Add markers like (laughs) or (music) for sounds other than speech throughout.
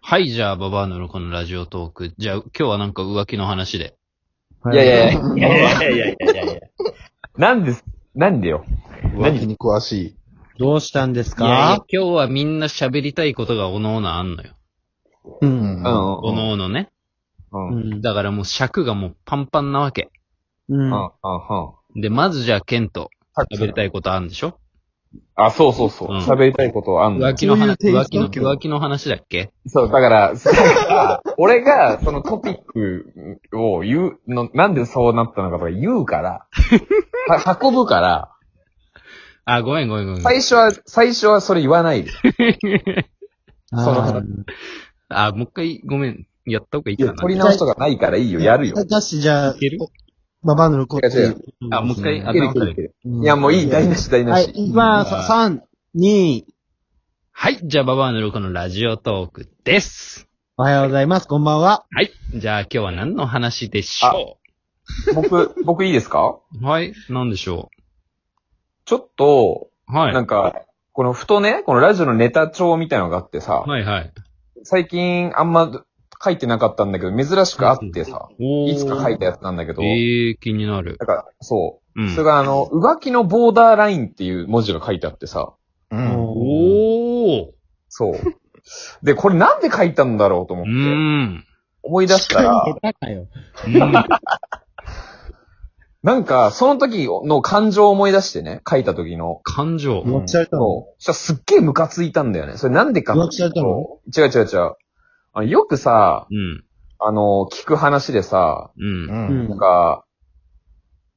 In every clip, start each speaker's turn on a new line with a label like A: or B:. A: はい、じゃあ、ババアのこのラジオトーク。じゃあ、今日はなんか浮気の話で。
B: いやいやい
C: は
B: やいやいやいやいやいや。なんです、なんでよ。
C: 浮気に詳しい。
D: どうしたんです
A: いやいや
D: か
A: 今日はみんな喋りたいことがおのおのあんのよ。
D: う。
C: うんん。
B: う
A: お
B: ん。
A: のおのね。
B: うん。
D: う
B: うん。
D: ん。
A: だからもう尺がもうパンパンなわけ。
D: うん。
A: で、まずじゃあ、ケント、喋りた
B: い。
A: いことあんでしょ
B: あ、そうそうそう
A: うん。
B: 喋りたいことあん
A: 浮
B: の。
A: 気の話、
C: そういうテイ
A: 浮
C: ス
A: 気
C: ト
A: の、浮気の話だっけ
B: そう、だから、だから俺がそのトピックを言うの、なんでそうなったのかとか言うから、は運ぶから、
A: あ、ごめんごめんごめん。
B: 最初は、最初はそれ言わないで。
D: あー
B: その話
A: あ、もう一回、ごめん。やった方がいい
B: い
A: か
B: や、
A: な。
B: 取り直しとかないからいいよ、やるよ。
D: だし、じゃあ
A: いける、
D: ババアの録音
B: 違う違う
A: あ、もう一回、
B: いけるいけるいけるいや、もういい、台無し、台無
D: はい、
B: し。
D: いきます。三、二、
A: はい、じゃあ、ババアのロコのラジオトークです。
D: おはようございます。こんばんは。
A: はい、じゃあ、今日は何の話でしょ
B: 僕、僕いいですか
A: うはい、何でしょ
B: ちょっと、
A: うはい。
B: なんか、このふとね、このラジオのネタ帳みたいなのがあってさ、
A: はいはい。
B: 最近あんま書いてなかったんだけど、珍しくあってさ、
A: お
B: いつか書い
A: て
B: たやつなんだけど、
A: ええー、気になる。
B: なんか、そう、
A: うん
B: それがあの、浮気のボーダーラインっていう文字が書いてあってさ、
C: うん。
A: おー
B: そう。で、これなんで書いたんだろうと思
A: う
B: っ
A: ー
B: て、
A: ん。
B: 思い出したら、
D: (laughs) 下手かよ。
A: うん
B: (laughs) なんか、その時の感情を思い出してね、書いた時の。
A: 感情。
D: 浮気されたの
B: そう。そしたらすっげえムカついたんだよね。それなんでかっていうと
D: 浮気されたの
B: 違う違う違う。あのよくさ、
A: うん。
B: あの、聞く話でさ、
A: うん
C: う。
D: うん
C: ん。
B: なんか、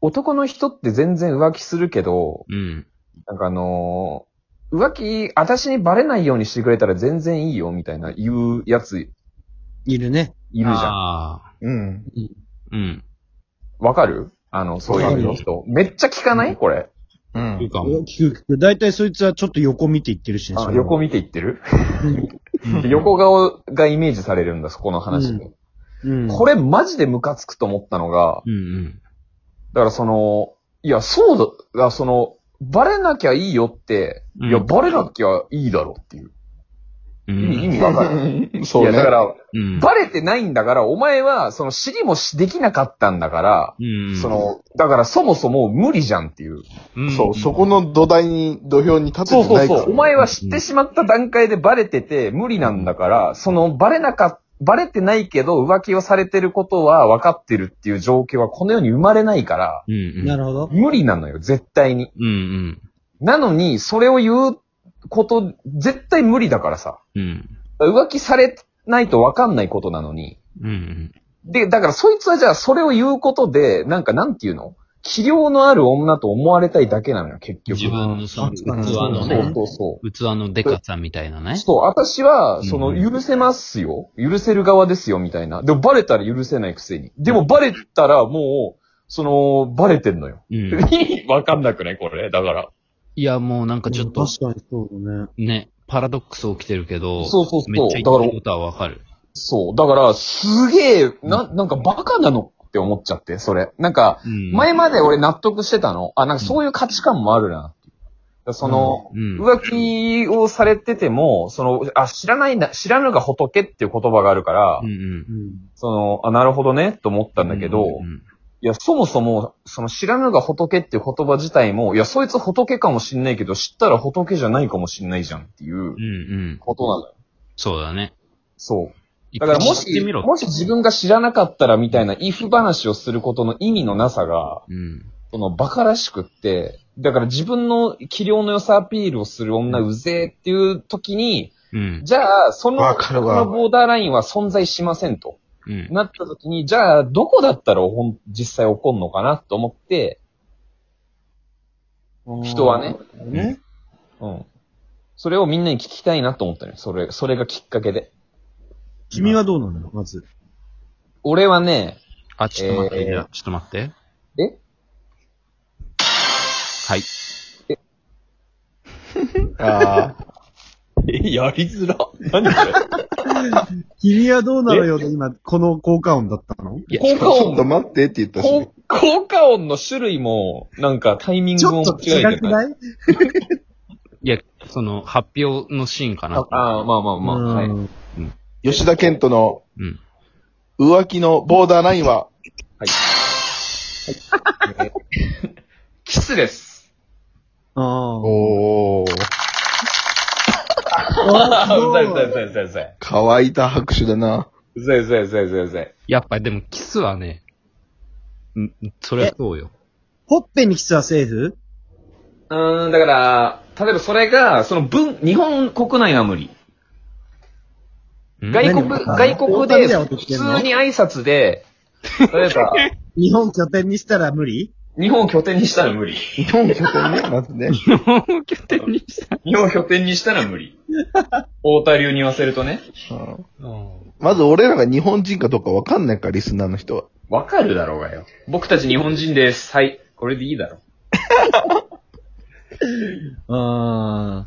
B: 男の人って全然浮気するけど、
A: うん。
B: なんかあのー浮気、私にバレないようにしてくれたら全然いいよ、みたいな言うやついる
D: いるね。
B: じゃん。
A: あ
C: うん。
A: ーうん。
B: わかるあの、そういう人。めっちゃ聞かないこれ。
C: う
A: いい
C: ん。
A: かも。
D: 聞く聞く。だいたいそいつはちょっと横見ていってるしね。
B: あ
D: それ
B: 横見ていってる
A: うん
B: 横顔がイメージされるんだ、そこの話で。
D: うん。
B: これマジでムカつくと思ったのが、
A: うんうん。
B: だからその、いや、そうだ、その、バレなきゃいいよって、
A: うん
B: いや、バレなきゃいいだろっていう。
A: う
B: 意味、意
A: ん。
B: 味わかる。
C: (laughs) そう
B: い
C: ね。
B: や、だから、
A: うん。
B: バレてないんだから、お前は、その、知りもしできなかったんだから、
A: うん。
B: その、だからそもそも無理じゃんっていう。
A: うん、
C: そう、そこの土台に、土俵に立ててないから。
B: お前は知ってしまった段階でバレてて、無理なんだから、その、バレなかバレてないけど、浮気をされてることは分かってるっていう状況はこの世に生まれないから、
A: うんうん。
D: なるほど。
B: 無理なのよ、絶対に。
A: うん
B: なのに、それを言うこと、絶対無理だからさ。
A: うん。うん。
B: 浮気されないと分かんないことなのに。
A: うん
B: で、だからそいつはじゃあそれを言うことで、なんかなんていうの器量のある女と思われたいだけなのよ、結
A: うん。
B: 局。
A: 自分のその器の
B: そう
A: ね、
B: そうそ
A: 器のデカさみたいな
B: う。
A: ね。
B: そう、私は、その、
A: うん
B: 許せますよ。許せる側ですよ、みたいな。でも、バレたら許せないくせに。でも、バレたら、もう、その、バレてんのよ。
A: うん。
B: 意味 (laughs) わかんなくないこれ。だから。
A: いや、もうなんかちょっと、
D: 確かにそうだね。
A: ね、パラドックス起きてるけど、
B: そうそうそう
A: めっちゃ言ってることはわかる。
B: そう。だから、すげえ、な、なんかバカなのって思っちゃって、それ。なんか、
A: うん
B: 前まで俺納得してたの。あ、なんかそういう価値観もあるなっていう。その、
A: うん。
B: 浮気をされてても、その、あ、知らないな、知らぬが仏っていう言葉があるから、
A: うんうん。
D: うん。
B: その、あ、なるほどね、と思ったんだけど、
A: うん
B: いや、そもそも、その知らぬが仏っていう言葉自体も、いや、そいつ仏かもしんないけど、知ったら仏じゃないかもしんないじゃんっていう
A: うんうん。
B: ことなのよ。
A: そうだね。
B: そう。
A: 一
B: だから
A: 回
B: も
A: 知って
B: し、
A: みろ。
B: もし自分が知らなかったらみたいな、イフ話をすることの意味のなさが、
A: うん。
B: そのバカらしくって、だから自分の器量の良さアピールをする女うぜえっていう時に、
A: うん。
B: じゃあ、その、
C: わかるわ
B: このボーダーラインは存在しませんと。
A: うん。
B: なった時に、じゃあ、どこだったらほん実際起こんのかなと思って、人はね、
D: ね。
B: うん。それをみんなに聞きたいなと思ったのよ。それ、それがきっかけで。
D: 君はどうなのまず。
B: 俺はね、
A: あ、ちょっと待って、
B: えー
A: じゃあちょっと待って。
B: え
A: はい。
C: ああ。
B: え、やりづら。何 (laughs) それ
D: 君はどうなのよで今、この効果音だったの
A: いや
B: 効
C: ち
B: 果
C: ょっと
B: 音、
C: 待ってって言ったしね。
B: 効効果音の種類も、なんかタイミン
D: ち
B: グ
D: ょ
B: も
D: っと
B: 間
D: 違
B: 違えて
D: く
B: ない。
D: ない
A: いや、その、発表のシーンかな。
B: ああ、まあまあまあ、はい。
D: うん
A: うん
C: 吉田健人の
A: うん。
C: 浮気のボーダーラインは、
B: キスです。
D: ああ。
C: おー、
B: ああ、うざいうざいうざいうざいうざい。
C: 乾いた拍手だな。
B: うざいうざいうざいうざいうざい。
A: やっぱりでもキスはね、うん、そりゃそうよ。
D: (laughs) ほっぺにキスはセーフ
B: うーん、だから、例えばそれが、その文、日本国内は無理。
A: うん
B: 外国、
D: 何が
B: 外国で、
D: 大谷だよって
B: 普
D: 言ってんの
B: 通に挨拶で、例
D: (laughs)
B: えば、
D: 日本拠点にしたら無理
B: 日本を拠点にしたら無理。
C: 日本拠点ね、ま
B: (laughs)
C: ずね。
A: 拠点にした。
B: 日本を拠点にしたら無理。大田流に言わせるとね。
C: うん
A: (laughs) うん
C: まず俺らが日本人かどうかわかんないから、リスナーの人は。
B: わかるだろうがよ。僕たち日本人です。はい。これでいいだろう。
D: ああ。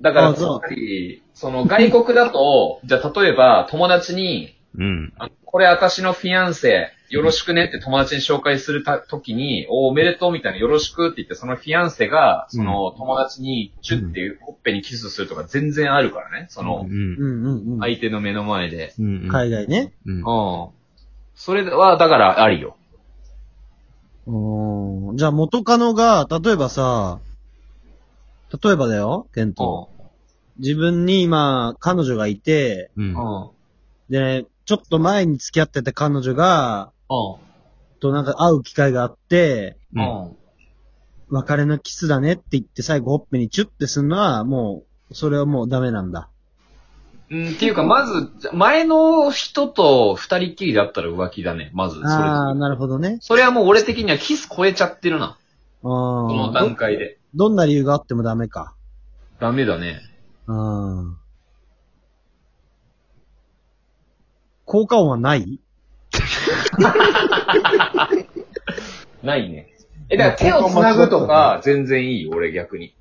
B: だから、
D: あ
B: や
D: そう
B: っぱり、その外国だと、じゃあ例えば友達に、
A: うん。
B: あこれ私のフィアンセ、よろしくねって友達に紹介するた時に、おおめでとうみたいな、よろしくって言って、そのフィアンセが、その友達に、チュッてほっぺにキスするとか全然あるからね。その
A: う、ん
D: う。んうんうん。
B: 相手の目の前で。
A: うん。
D: 海外ね。
A: うん。
B: うん。それは、だから、ありよ。
D: うん。じゃあ元カノが、例えばさ、例えばだよ、ケント。
B: う
D: 自分に今、彼女がいて、
A: うん
B: ん。うん。
D: で、ちょっと前に付き合ってた彼女が、
B: う
D: となんか会う機会があって、
B: ん。
A: うん
B: うん。
D: 別れのキスだねって言って最後ほっぺにチュッてすんのは、もう、それはもうダメなんだ。
B: うん、っていうか、まず、前の人と二人っきりだったら浮気だね、まず、それ。
D: ああ、なるほどね。
B: それはもう俺的にはキス超えちゃってるな。
D: あ
B: この
D: ー
B: 段階で。
D: どんな理由があってもダメか。
B: ダメだね。
D: うん。効果音はない
B: ないね。え、だから手を繋ぐとか、全然いいよ、俺逆に。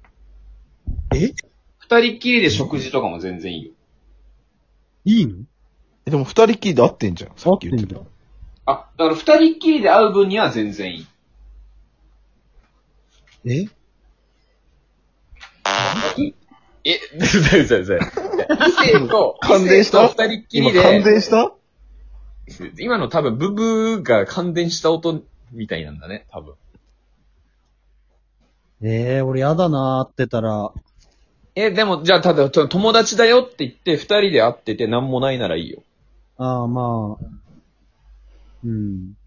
D: え
B: 二人っきりで食事とかも全然いいよ。
D: いいの
C: えでも二人きりで会ってんじゃん、さっき言ってた。
D: 合
B: あ、だから二人っきりで会う分には全然いい。
D: え
B: え、うざいうざいうざい。異性と、
C: 感電した
B: 異性と二人っき
C: 今
B: りで。
C: 感電した
B: 今の多分、ブブーが感電した音みたいなんだね、多分。
D: ええ俺やだなーってたら、
B: え、でも、じゃあ、ただ、と友達だよって言って、二人で会ってて何もないならいいよ。
D: ああ、まあ、うん。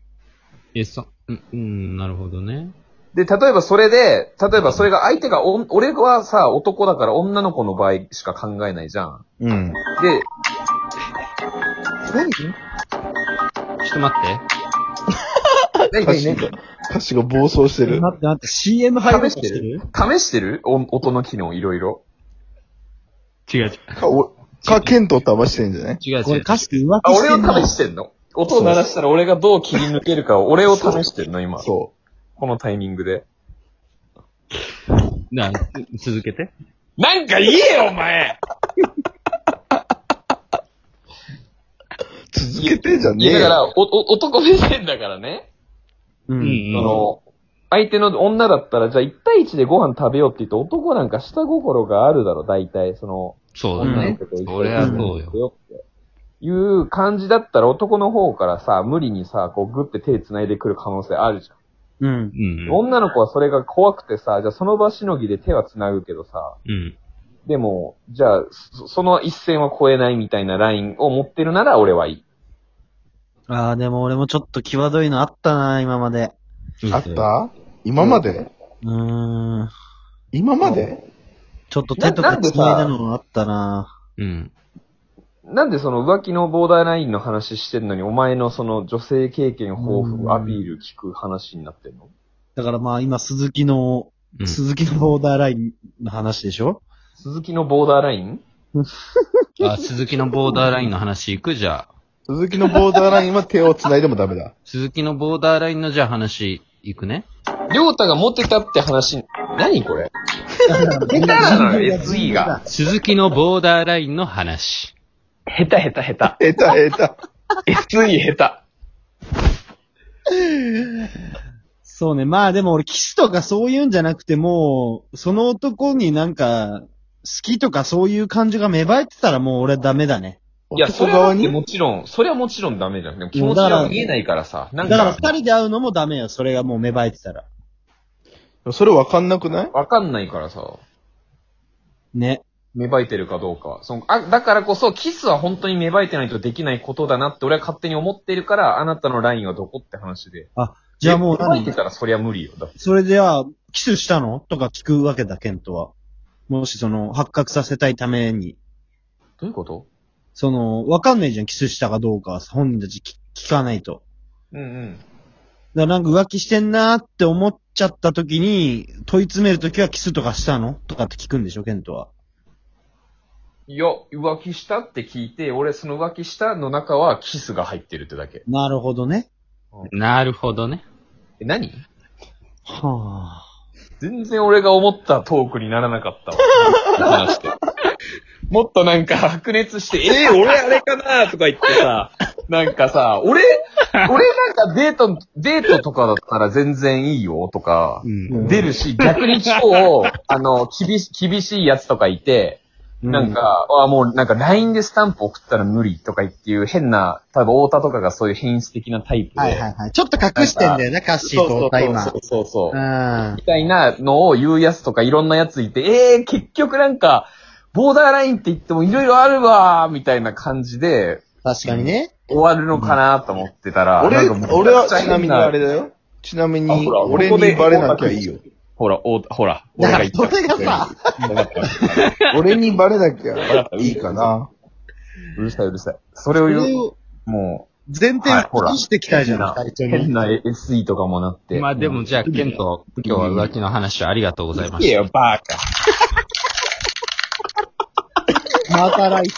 A: え、そ、うんうん、なるほどね。
B: で、例えばそれで、例えばそれが相手がお、俺はさ、男だから女の子の場合しか考えないじゃん。
C: うん。
B: (laughs) で、
A: ちょっと待って。
B: 何
C: 歌詞
B: 何
C: が、歌詞が暴走してる。
D: 待って待って、CM 入ろうとしてる
B: 何試してるお音の機能いろい (laughs) ろ。
A: 違う違う。
C: か、お、か、剣と騙してんじゃない
A: 違う違う。
D: これ歌詞浮
B: あ、
D: 気して
B: 俺
D: る
B: を試してんの音を鳴らしたら俺がどう切り抜けるかを俺を試してんの今。
C: そ
B: このタイミングで。
A: な、続けて。
B: なんか言えよ、お前
C: う。続けてんじゃ
B: い
C: ねえ
B: や、だか
C: よ。
B: ら、お、お、男目線だからね。
D: う。
A: うん
B: その、相手の女だったら、じゃあ1対1でご飯食べようって言うと、男なんか下心があるだろ、大体。その、
A: そうだ
B: 女の
A: ね
B: 子と。一緒
A: そりゃそうよ。
B: よって。いう感じだったら、男の方からさ、無理にさ、こう、グって手繋いでくる可能性あるじゃん。
D: うん。
A: うん。
B: 女の子はそれが怖くてさ、じゃあその場しのぎで手は繋ぐけどさ、
A: うん。
B: でも、じゃあ、そその一線は越えないみたいなラインを持ってるなら、俺はいい。
D: ああ、でも俺もちょっと際どいのあったな、今まで。
C: あった今まで
D: うーん。
C: 今まで
D: ちょっと手とかつないだのあったな。
A: うん。
B: なんでその浮気のボーダーラインの話してんのに、お前のその女性経験豊
D: うん
B: 富アピール聞く話になってんの
D: だからまあ今、鈴木の、
A: うん
D: 鈴木のボーダーラインの話でしょ
B: 鈴木のボーダーライン
A: あ、鈴木のボーダーラインの話行くじゃあ。
C: 鈴木のボーダーラインは手を繋いでもダ
B: (laughs)
C: メだ。
A: 鈴木のボーダーラインのじゃあ話行くね。
B: りょうたがモテたって話、何これ
D: 下
B: 手なのよ SE が。
A: 鈴木のボーダーラインの話。
B: 下手下手下
C: 下手下
B: 手。SE 下
D: そうね。まあでも俺、キスとかそういうんじゃなくてもう、その男になんか、好きとかそういう感じが芽生えてたらもう俺はダメだね。
C: 手。
B: いや、そ
C: (laughs) 男
B: れはだ
C: 側
B: って
C: に
B: もちろん、それはもちろんダメだよ。でも気持ちが見えないからさ。なん
D: だから
B: か、
D: 二人で会うのもダメよ。それがもう芽生えてたら。
C: それわかんなくない
B: わかんないからさ。
D: ね。
B: 芽生えてるかどうか。そのあだからこそ、キスは本当に芽生えてないとできないことだなって俺は勝手に思ってるから、あなたのラインはどこって話で。
D: じゃあもう
B: 芽生え
D: 何
B: てたらそりゃ無理よ。だって
D: それでは、キスしたのとか聞くわけだ、ケントは。もしその、発覚させたいために。
B: どういうこと
D: その、わかんないじゃん、キスしたかどうかは本人たち聞聞かないと。
B: うんうん。
D: だからなんか浮気してんなーって思っちゃった時に、問い詰める時はキスとかしたのとかって聞くんでしょ、ケントは。
B: いや、浮気したって聞いて、俺その浮気したの中はキスが入ってるってだけ。
D: なるほどね。
A: なるほどね。
B: え、何
D: はあ。
B: 全然俺が思ったトークにならなかったわ。話して。もっとなんか白熱して、えー、俺あれかなとか言ってさ、なんかさ、俺、俺なんかデート、デートとかだったら全然いいよとか、
C: うん。
B: 出るし、逆に超、あの、厳し、厳しいやつとかいて、なんか、あもうなんか LINE でスタンプ送ったら無理とかっていう変な、多分太田とかがそういう変質的なタイプで。
D: はいはいはい。ちょっと隠してんだよね、カッシーと太田今。
B: そうそうそ
D: う
B: う。
D: ん
B: み。たいなのを言うやつとかいろんなやついて、ええー、結局なんか、ボーダーラインって言ってもいろいろあるわー、みたいな感じで
D: 確かにね。
B: 終わるのかなと思ってたら、
C: 俺、
B: なんかもう
C: 俺は
B: めちゃく
C: ち
B: ちゃ
C: な
B: 変
C: みにあれ
B: な
C: だよ。ちなみ
B: あ
C: に、
B: ほら
C: 俺
B: ここで
C: にバレなきゃいいよ。
B: ほら、おほら、俺
D: だ
B: が
D: か
B: 言
D: ら
B: っ
D: それが
B: た。
D: さ、
C: 俺にバレなきゃいいか
B: (laughs)
C: な。
B: うるさい、うるさい。それ
D: そ
B: を
D: れ
B: 言う、
D: を
B: も
D: 前提
B: はいほら
D: にしてきたいじゃん、
B: 変な
D: 二人
B: う、
D: とも
B: 変な SE とかもなって。
A: まあでもじゃあ、ケント、今日は浮気の話ありがとうございま
B: い
A: し
B: い
A: た。
B: よ、バーカ。
D: また来週